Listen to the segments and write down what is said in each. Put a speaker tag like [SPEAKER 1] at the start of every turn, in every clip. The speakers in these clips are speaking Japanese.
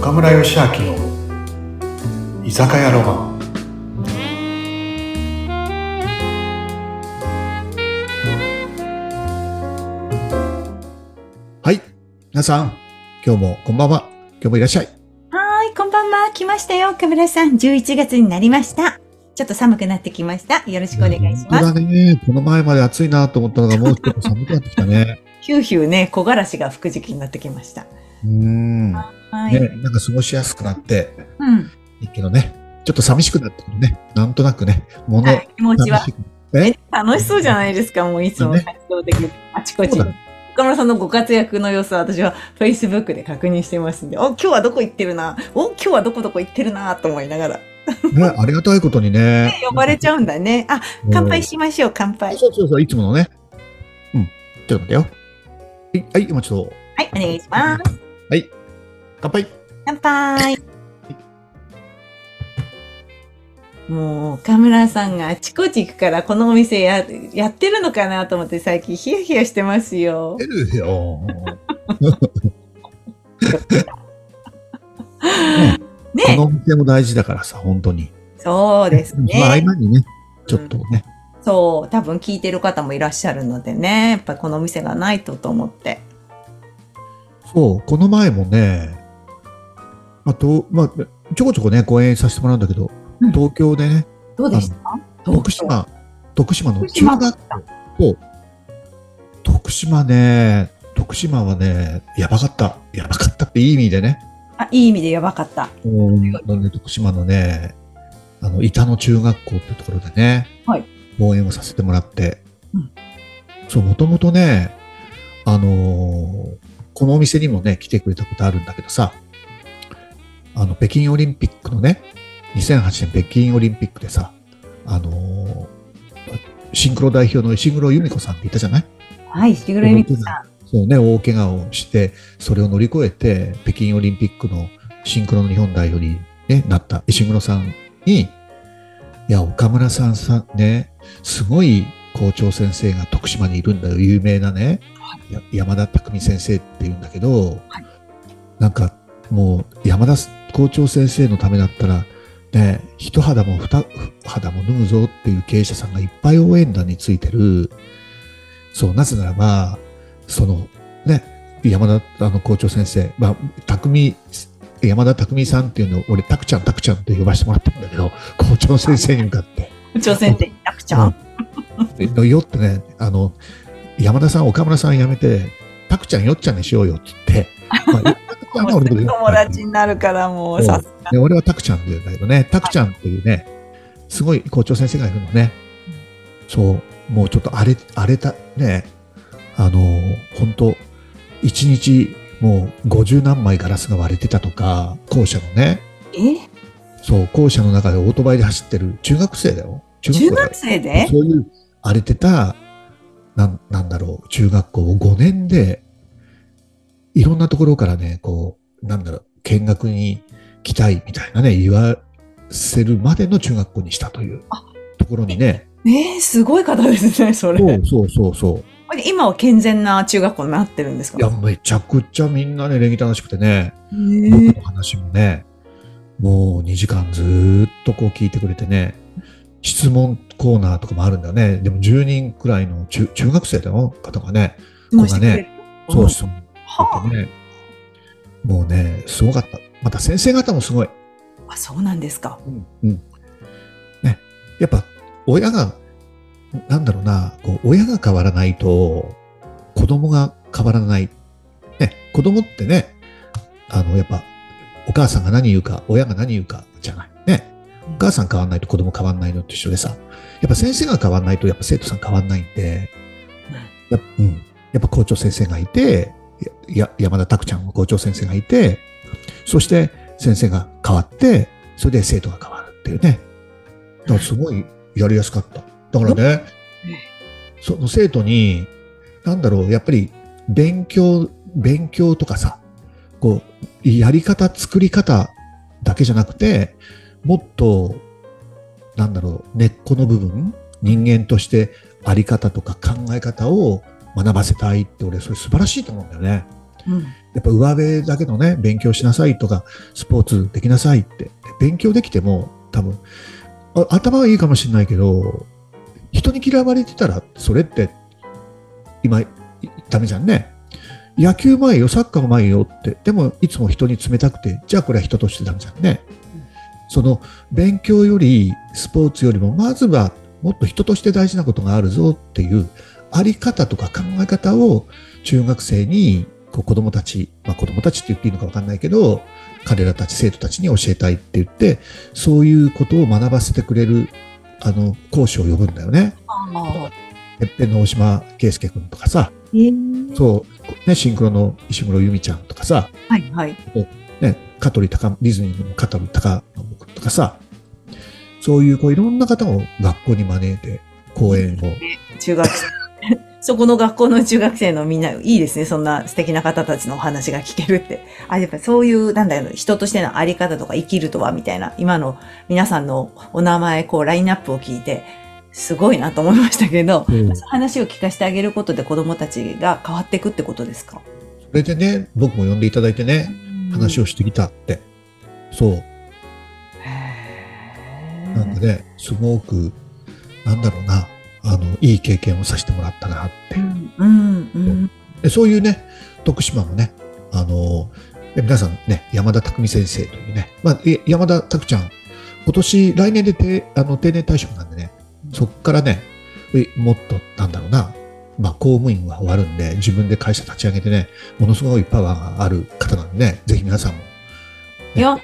[SPEAKER 1] 岡村義明の居酒屋ロマン
[SPEAKER 2] はい。皆さん、今日もこんばんは。今日もいらっしゃい。
[SPEAKER 3] はーい、こんばんは。来ましたよ、岡村さん。11月になりました。ちょっと寒くなってきました。よろしくお願いします。
[SPEAKER 2] 本当だね。この前まで暑いなと思ったのが、もうちょっと寒くなってきた ね。
[SPEAKER 3] ヒューヒューね、木枯らしが吹く時期になってきました。
[SPEAKER 2] うーん。ね、
[SPEAKER 3] はい。
[SPEAKER 2] なんか過ごしやすくなって、
[SPEAKER 3] うん。
[SPEAKER 2] いいけどね。ちょっと寂しくなってくるね。なんとなくね。もの、
[SPEAKER 3] はい、気持ち
[SPEAKER 2] 寂
[SPEAKER 3] は
[SPEAKER 2] し。くえ
[SPEAKER 3] え楽しそうじゃないですか、もういつも
[SPEAKER 2] ね
[SPEAKER 3] 活動的に。あちこち
[SPEAKER 2] そうだ。
[SPEAKER 3] 岡村さんのご活躍の様子は私は Facebook で確認してますんで、お、今日はどこ行ってるな、お、今日はどこどこ行ってるな、と思いながら。
[SPEAKER 2] ね、ありがたいことにね。
[SPEAKER 3] 呼ばれちゃうんだね。あ、
[SPEAKER 2] うん
[SPEAKER 3] 乾杯しましょう、乾杯。
[SPEAKER 2] そうそうそう、いつものね。うん。ちょっと待ってよ。はい、はい、今ちょっと。
[SPEAKER 3] はい、お願いします。
[SPEAKER 2] はい。乾杯。
[SPEAKER 3] 乾杯。 もう、岡村さんがあちこち行くから、このお店ややってるのかなと思って、最近ヒヤヒヤしてますよ。
[SPEAKER 2] 出る よ。こ
[SPEAKER 3] ね
[SPEAKER 2] のお店も大事だからさ、本当に。
[SPEAKER 3] そうです
[SPEAKER 2] まあ、
[SPEAKER 3] ね
[SPEAKER 2] 合。間にね、ちょっとね。
[SPEAKER 3] そう、多分聞いてる方もいらっしゃるのでね、やっぱりこのお店がないとと思って。
[SPEAKER 2] そう、この前もね、まあ、とまあ、ちょこちょこね、講演させてもらうんだけど、
[SPEAKER 3] うん
[SPEAKER 2] 東京でね、
[SPEAKER 3] どうでした
[SPEAKER 2] 徳。島、徳島の
[SPEAKER 3] 徳
[SPEAKER 2] 中
[SPEAKER 3] 島
[SPEAKER 2] 学校。そう徳島ね、徳島はね、やばかった。やばかったっていい意味でね。
[SPEAKER 3] あ、いい意味でやばかった。
[SPEAKER 2] うんなので徳島のね、あの、板野中学校ってところでね、
[SPEAKER 3] はい
[SPEAKER 2] 応援をさせてもらって、
[SPEAKER 3] うん
[SPEAKER 2] そう、もともとね、あのーこのお店にもね、来てくれたことあるんだけどさ、あの、北京オリンピックのね、2008年北京オリンピックでさ、あのーシンクロ代表の石黒由美子さんっていたじゃない
[SPEAKER 3] はい、石黒由美子さん。
[SPEAKER 2] そうね、大怪我をして、それを乗り越えて、北京オリンピックのシンクロの日本代表に、ね、なった石黒さんに、いや、岡村さんさ、ね、すごい校長先生が徳島にいるんだよ、有名なね、や山田匠先生って言うんだけど、なんかもう山田校長先生のためだったら、ね、一肌も二肌も脱ぐぞっていう経営者さんがいっぱい応援団についてる。そう、なぜならば、そのね、山田あの校長先生、まあ、匠、山田匠さんっていうのを俺、たくちゃん、たくちゃんって呼ばせてもらってるんだけど、校長先生に向かって、
[SPEAKER 3] 朝鮮でたくちゃん。
[SPEAKER 2] うん酔ってね、あの、山田さん、岡村さんやめて、たくちゃん、よっちゃんにしようよって言って、 まあ、よっちゃんが俺のことよっちゃん
[SPEAKER 3] 友達になるからもう、
[SPEAKER 2] そう
[SPEAKER 3] さすが。
[SPEAKER 2] で俺はタクちゃんって言うんだけどね、タクちゃんっていうね、すごい校長先生がいるのね。そう、もうちょっと荒れ、荒れた、ね、あのー、本当一日もう50何枚ガラスが割れてたとか、校舎のね、
[SPEAKER 3] え
[SPEAKER 2] そう、校舎の中でオートバイで走ってる中学生だよ。中
[SPEAKER 3] 中
[SPEAKER 2] 生だよ
[SPEAKER 3] 学生で
[SPEAKER 2] そういう荒れてた、なんなんだろう、中学校を5年で、いろんなところからね、こう、なんだろう、見学に来たいみたいなね、言わせるまでの中学校にしたという
[SPEAKER 3] あ
[SPEAKER 2] ところにね、
[SPEAKER 3] えー、すごい方ですね、それ。
[SPEAKER 2] そうそうそうそう。
[SPEAKER 3] 今は健全な中学校になってるんです
[SPEAKER 2] いや、
[SPEAKER 3] か
[SPEAKER 2] めちゃくちゃみんなね、礼儀正しくてね、
[SPEAKER 3] え
[SPEAKER 2] 僕の話もね、もう2時間ずーっとこう聞いてくれてね、質問コーナーとかもあるんだよね。でも10人くらいの中中学生の方がね、
[SPEAKER 3] 質問してくれる
[SPEAKER 2] そう、質問
[SPEAKER 3] は
[SPEAKER 2] だってね、もうね、すごかった。また先生方もすごい。
[SPEAKER 3] あ、あそうなんですか。
[SPEAKER 2] うんね、やっぱ親が、なんだろうな、こう親が変わらないと、子供が変わらない。ね、子供ってね、あの、やっぱ、お母さんが何言うか、親が何言うかじゃない。ね。お母さん変わんないと子供変わんないのと一緒でさ、やっぱ先生が変わんないと、やっぱ生徒さん変わんないんで、やっぱうん、やっぱ校長先生がいて、やや山田拓ちゃんは校長先生がいて、そして先生が変わって、それで生徒が変わるっていうね。だからすごいやりやすかった。だからね、その生徒に、なんだろう、やっぱり勉強、勉強とかさ、こう、やり方、作り方だけじゃなくて、もっと、なんだろう、根っこの部分、人間としてあり方とか考え方を学ばせたいって、俺、それ素晴らしいと思うんだよね。
[SPEAKER 3] うん
[SPEAKER 2] やっぱ上辺だけのね、勉強しなさいとか、スポーツできなさいって。で勉強できても、多分、あ頭はいいかもしれないけど、人に嫌われてたら、それって、今、いダメじゃんね。野球前よ、サッカー前よって、でもいつも人に冷たくて、じゃあこれは人としてダメじゃんね。その、勉強より、スポーツよりも、まずは、もっと人として大事なことがあるぞっていう、あり方とか考え方を中学生にこう子供たち、まあ、子供たちって言っていいのか分かんないけど彼らたち生徒たちに教えたいって言ってそういうことを学ばせてくれるあの講師を呼ぶんだよね。
[SPEAKER 3] あ
[SPEAKER 2] てっぺんの大島圭介君とかさ、
[SPEAKER 3] ー
[SPEAKER 2] そう、ね、シンクロの石黒由美ちゃんとかさ、
[SPEAKER 3] はいはい。
[SPEAKER 2] ね、香取高、ディズニーの香取高信君とかさ、そういうこういろんな方を学校に招いて講演を
[SPEAKER 3] 中学生。 そこの学校の中学生のみんな、いいですね。そんな素敵な方たちのお話が聞けるって。あ、やっぱそういう、なんだろう、人としてのあり方とか生きるとは、みたいな、今の皆さんのお名前、こう、ラインナップを聞いて、すごいなと思いましたけど、
[SPEAKER 2] うん
[SPEAKER 3] そういう話を聞かせてあげることで子供たちが変わっていくってことですか
[SPEAKER 2] それでね、僕も呼んでいただいてね、話
[SPEAKER 3] を。
[SPEAKER 2] をしてきたって。そう。
[SPEAKER 3] へ
[SPEAKER 2] なん
[SPEAKER 3] ー
[SPEAKER 2] でね、すごく、なんだろうな、あの、いい経験をさせてもらったなって。
[SPEAKER 3] うん、うん、
[SPEAKER 2] でそういうね、徳島もね、あの、で皆さんね、山田匠先生というね、まあ、え山田拓ちゃん、今年、来年で定あの定年退職なんでね、そっからね、えもっと、なんだろうな、まあ、公務員は終わるんで、自分で会社立ち上げてね、ものすごいパワーがある方なんでね、ぜひ皆さんも。
[SPEAKER 3] いや、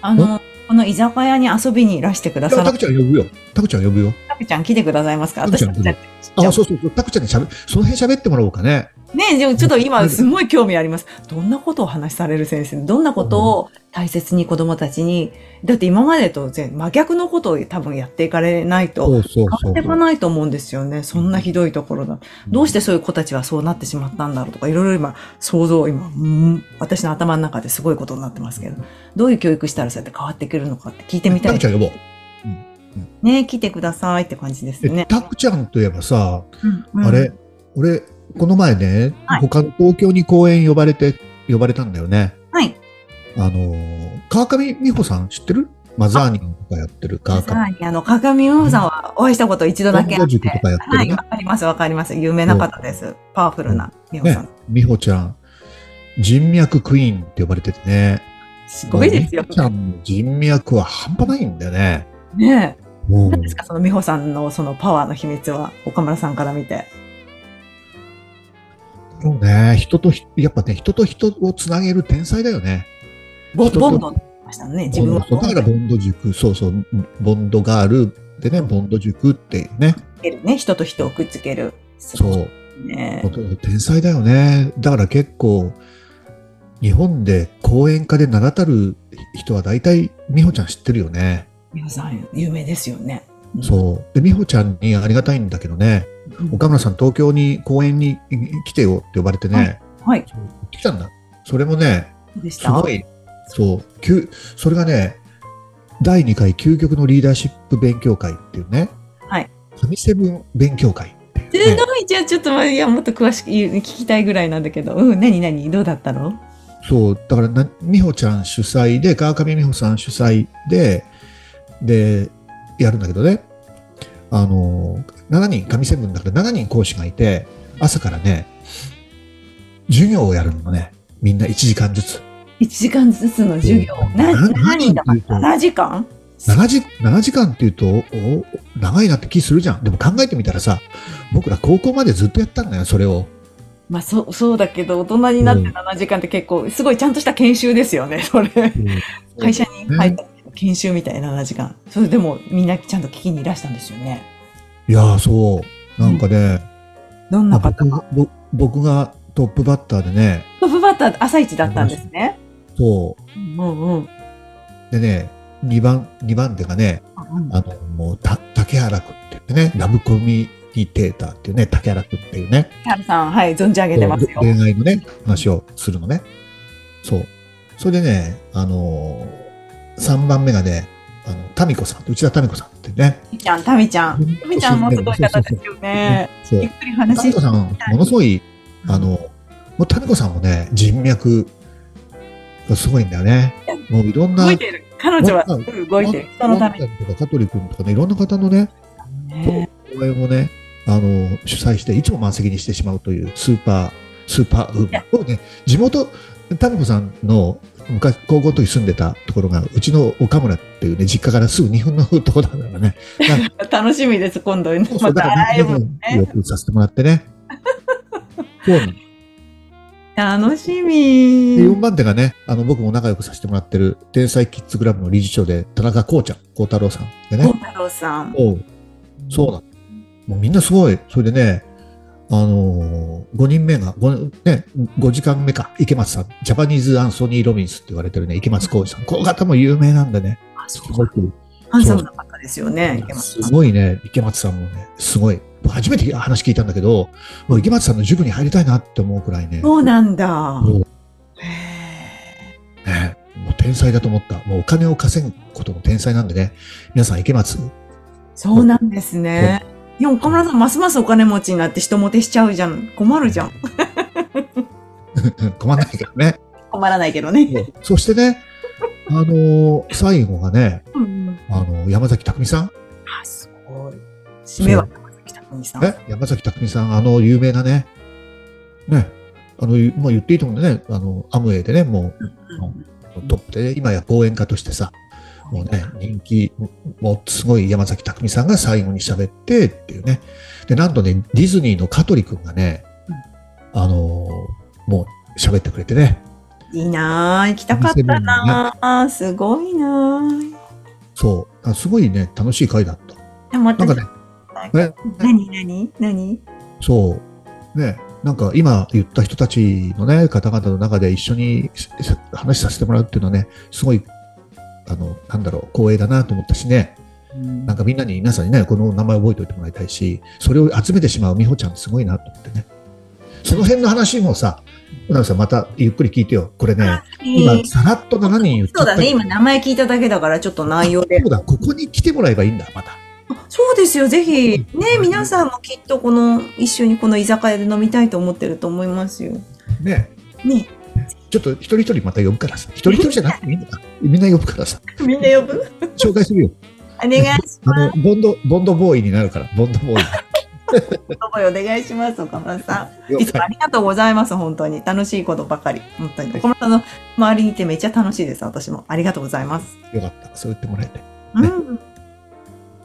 [SPEAKER 3] あの、この居酒屋に遊びにいらしてくだ
[SPEAKER 2] いや
[SPEAKER 3] さる
[SPEAKER 2] 拓ちゃん呼ぶよ。拓ちゃん呼ぶよ。
[SPEAKER 3] タクちゃん来てくださいますか
[SPEAKER 2] タクち
[SPEAKER 3] 私
[SPEAKER 2] ゃん
[SPEAKER 3] たちだって
[SPEAKER 2] あ、そうそうそう、拓ちゃんに喋、その辺喋ってもらおうかね。
[SPEAKER 3] ねでもちょっと今すごい興味あります。どんなことをお話しされる先生どんなことを大切に子供たちに、だって今までと全真逆のことを多分やっていかれないと、
[SPEAKER 2] そうそうそ
[SPEAKER 3] 変わ
[SPEAKER 2] う
[SPEAKER 3] っていかないと思うんですよね。そんなひどいところだ。どうしてそういう子たちはそうなってしまったんだろうとか、いろいろ今想像、今、うん私の頭の中ですごいことになってますけど、どういう教育したらそうやって変わってくるのかって聞いてみた
[SPEAKER 2] タク
[SPEAKER 3] い
[SPEAKER 2] ち。ゃん呼ぼう。
[SPEAKER 3] ね来てくださいって感じです
[SPEAKER 2] え
[SPEAKER 3] ね。
[SPEAKER 2] タクちゃんといえばさ、
[SPEAKER 3] うん
[SPEAKER 2] あれ、俺、この前ね、
[SPEAKER 3] はい
[SPEAKER 2] 他の東京に公演呼ばれて、呼ばれたんだよね。
[SPEAKER 3] はい。
[SPEAKER 2] あのー、川上美穂さん知ってるマザーニンとかやってる川
[SPEAKER 3] さ
[SPEAKER 2] 上。
[SPEAKER 3] らにあの、鏡美穂さんはお会いしたこと一度だけあ
[SPEAKER 2] 本郷
[SPEAKER 3] って
[SPEAKER 2] 塾とかやってる
[SPEAKER 3] は
[SPEAKER 2] ね
[SPEAKER 3] い、わかります、わかります。有名な方です。パワフルな美穂さん。
[SPEAKER 2] ね、美穂ちゃん。人脈クイーンって呼ばれててね。
[SPEAKER 3] すごいですよ
[SPEAKER 2] 美。穂ちゃんの人脈は半端ないんだよね。
[SPEAKER 3] ねえ。
[SPEAKER 2] もう
[SPEAKER 3] 何ですか、その美穂さんのそのパワーの秘密は、岡村さんから見て。
[SPEAKER 2] そうね、人とひ、やっぱね、人と人をつなげる天才だよね。
[SPEAKER 3] ボ
[SPEAKER 2] 人と
[SPEAKER 3] ボンドって言いましたね、自分は
[SPEAKER 2] そうだからボンド塾、そうそう、ボンドガールでね、ボンド塾っていうね、
[SPEAKER 3] ね、人と人をくっつける。
[SPEAKER 2] そう、
[SPEAKER 3] う。ね
[SPEAKER 2] 本当に天才だよね。だから結構、日本で講演家で名だたる人は大体、美穂ちゃん知ってるよね。
[SPEAKER 3] 美穂さん、有名ですよね。
[SPEAKER 2] そう。で、美穂ちゃんにありがたいんだけどね、
[SPEAKER 3] うん
[SPEAKER 2] 岡村さん東京に講演に来てよって呼ばれてね、
[SPEAKER 3] はい、
[SPEAKER 2] そう行ってきたんだ。それもね、
[SPEAKER 3] そうでし
[SPEAKER 2] す
[SPEAKER 3] た。
[SPEAKER 2] ごい、そう、きゅそれがね、第2回究極のリーダーシップ勉強会っていうね、
[SPEAKER 3] はい。
[SPEAKER 2] 神セブン勉強会っていう、
[SPEAKER 3] す
[SPEAKER 2] ね。
[SPEAKER 3] ごい、じゃあちょっと、いや、もっと詳しく言う聞きたいぐらいなんだけど、うん、何何どうだったの
[SPEAKER 2] そう、だからな、美穂ちゃん主催で、川上美穂さん主催で、で、やるんだけどね、あの、7人、神セブンだから7人講師がいて、朝からね、授業をやるのね、みんな1時間ずつ。
[SPEAKER 3] 1時間ずつの授業。な
[SPEAKER 2] な
[SPEAKER 3] 何人だ
[SPEAKER 2] 何
[SPEAKER 3] か
[SPEAKER 2] 人っていうと
[SPEAKER 3] ?7 時間
[SPEAKER 2] 7時 ,7 時間っていうとお長いなって気するじゃんでも考えてみたらさ僕ら高校までずっとやったんだよそれを
[SPEAKER 3] まあそう、そうだけど、大人になって7時間って結構、すごいちゃんとした研修ですよね、それ。会社に入った時の研修みたいな7時間。それでもみんなちゃんと聞きにいらしたんですよね。
[SPEAKER 2] いやーそうなんかね、
[SPEAKER 3] どん
[SPEAKER 2] ま
[SPEAKER 3] な
[SPEAKER 2] あ
[SPEAKER 3] 方
[SPEAKER 2] 僕がぼ僕がトップバッターでね
[SPEAKER 3] トップバッター朝一だったんですね。
[SPEAKER 2] そ
[SPEAKER 3] うんうん。
[SPEAKER 2] うでね2番2番手がねあのもうた竹原君って言ってねラブコミュニテーターっていうね竹原君っていうね
[SPEAKER 3] キャルさん、はい、存じ上げてますよ。
[SPEAKER 2] 恋愛のね、話をするのね。そう。それでね、あのー、3番目がね、あの、タミコさん、内田タミコさんってね。
[SPEAKER 3] みちゃん、たみちゃん。たみちゃんもすごい方ですよね。
[SPEAKER 2] そう
[SPEAKER 3] ゆっ。くり話
[SPEAKER 2] タミ
[SPEAKER 3] し
[SPEAKER 2] コさん、ものすごい、あの、もうタミコさんもね、人脈がすごいんだよね。もういろんな、
[SPEAKER 3] 動いてる。彼女は動いてる。人のために。
[SPEAKER 2] ワンちゃんとか香取君とかね、いろんな方のね、
[SPEAKER 3] ね
[SPEAKER 2] 応援をね、あの、主催して、いつも満席にしてしまうというスーパー、スーパーウーマン。もうね、地元、タミコさんの昔、高校の時住んでたところが、うちの岡村っていうね、実家からすぐ2分のところだからね。
[SPEAKER 3] 楽しみです、今度。
[SPEAKER 2] そうそ
[SPEAKER 3] ま
[SPEAKER 2] うだ
[SPEAKER 3] た
[SPEAKER 2] か
[SPEAKER 3] ラ
[SPEAKER 2] ら、
[SPEAKER 3] イ
[SPEAKER 2] 日
[SPEAKER 3] ブ
[SPEAKER 2] 本を予約させてもらってね。そうなの
[SPEAKER 3] 楽し
[SPEAKER 2] で4
[SPEAKER 3] み。
[SPEAKER 2] 番手がね、あの、僕も仲良くさせてもらってる、天才キッズクラブの理事長で、田中こうちゃん、幸太郎さんで
[SPEAKER 3] 孝
[SPEAKER 2] ね。
[SPEAKER 3] 太郎さん。
[SPEAKER 2] おうそうだ。もうみんなすごい。それでね、あのー、5人目が、5, ね、5時間目か、池松さん。ジャパニーズ・アンソニー・ロビンスって言われてるね、池松浩二さん。この方も有名なんでね。
[SPEAKER 3] あそ
[SPEAKER 2] すご
[SPEAKER 3] う
[SPEAKER 2] く
[SPEAKER 3] ハンサムな方ですよね。池松
[SPEAKER 2] す
[SPEAKER 3] さん
[SPEAKER 2] ごいね、池松さんもね、すごい。初めて話聞いたんだけど、もう池松さんの塾に入りたいなって思うくらいね。
[SPEAKER 3] そうなんだ
[SPEAKER 2] そう。
[SPEAKER 3] へ
[SPEAKER 2] ね、もう天才だと思った。もうお金を稼ぐことも天才なんでね。皆さん、池松。
[SPEAKER 3] ーそうなんですね。いや、岡村さん、ますますお金持ちになって人モテしちゃうじゃん。困るじゃん。
[SPEAKER 2] 困んないけどね。
[SPEAKER 3] 困らないけどね。
[SPEAKER 2] そしてね、あのー最後がね、
[SPEAKER 3] うん
[SPEAKER 2] あのー山崎匠さん。
[SPEAKER 3] あ、すごい。締めは山崎匠さん。
[SPEAKER 2] え山崎匠さん、あの有名なね、ね、あの、もう言っていいと思うんだよね。あの、アムウェイでね、もうトップでね、今や講演家としてさ、もうね、人気、もうすごい山崎匠さんが最後に喋ってっていうね。で、なんとね、ディズニーの香取くんがね、あのーもう喋ってくれてね。
[SPEAKER 3] いいなあ行きたかったなあすごいなあ
[SPEAKER 2] そう。あすごいね、楽しい回だった。
[SPEAKER 3] でも私
[SPEAKER 2] なんかね、え
[SPEAKER 3] 何何何
[SPEAKER 2] そう。ね、なんか今言った人たちのね、方々の中で一緒にし話させてもらうっていうのはね、すごい、あの、なんだろう、光栄だなと思ったしね。なんかみんなに、皆さんにね、この名前覚えておいてもらいたいし、それを集めてしまう美穂ちゃんすごいなと思ってね。その辺の話もさ、小田さんまたゆっくり聞いてよ。これね、
[SPEAKER 3] え
[SPEAKER 2] 今
[SPEAKER 3] ー
[SPEAKER 2] さらっと7人言っちゃ
[SPEAKER 3] そ
[SPEAKER 2] った
[SPEAKER 3] うだ
[SPEAKER 2] けど
[SPEAKER 3] ね、今名前聞いただけだから、ちょっと内容で
[SPEAKER 2] そ。うだ、ここに来てもらえばいいんだ、また。
[SPEAKER 3] そうですよ、ぜひ。ね、皆さんもきっとこの、一緒にこの居酒屋で飲みたいと思ってると思いますよ。
[SPEAKER 2] ね。
[SPEAKER 3] ね、
[SPEAKER 2] ちょっと一人一人また呼ぶからさ。一人一人じゃなくてみんな、みんな呼ぶからさ。
[SPEAKER 3] みんな呼ぶ
[SPEAKER 2] 紹介するよ。
[SPEAKER 3] お願いし
[SPEAKER 2] あ
[SPEAKER 3] ま
[SPEAKER 2] の、
[SPEAKER 3] す。
[SPEAKER 2] ボンド、ボンドボーイになるから、ボンドボーイ。
[SPEAKER 3] お願いします、岡村さん。い
[SPEAKER 2] 了
[SPEAKER 3] つもあ
[SPEAKER 2] 解
[SPEAKER 3] りがとうございます、本当に。楽しいことばかり。本当に。岡村さんの周りにいてめっちゃ楽しいです、私も。ありがとうございます。
[SPEAKER 2] よかった。そう言ってもらえて。
[SPEAKER 3] うん。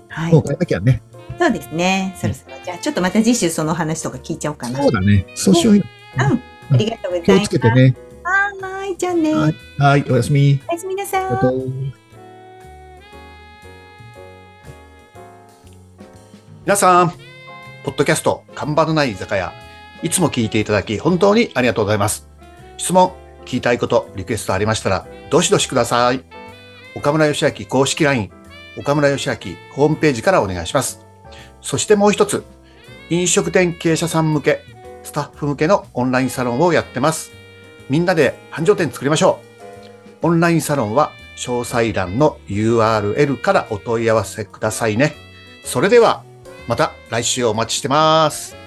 [SPEAKER 3] はい。
[SPEAKER 2] もう
[SPEAKER 3] そ
[SPEAKER 2] 変えなきゃね。
[SPEAKER 3] うですね。そろそろ。じゃあ、ちょっとまた次週その話とか聞いちゃおうかな。
[SPEAKER 2] そうだね。そうしようよ。
[SPEAKER 3] ありがとうございます。
[SPEAKER 2] 気をつけてね。
[SPEAKER 3] はーい、じゃあね。
[SPEAKER 2] はいはい、おやすみ。
[SPEAKER 3] おやすみなさ
[SPEAKER 2] ありが
[SPEAKER 3] い
[SPEAKER 2] と。う。
[SPEAKER 1] 皆さん、ポッドキャスト、看板のない居酒屋、いつも聞いていただき、本当にありがとうございます。質問、聞きたいこと、リクエストありましたら、どしどしください。岡村義明公式 LINE、岡村義明ホームページからお願いします。そしてもう一つ、飲食店経営者さん向け、スタッフ向けのオンラインサロンをやってます。みんなで繁盛店作りましょう。オンラインサロンは、詳細欄の URL からお問い合わせくださいね。それでは、また来週お待ちしてます。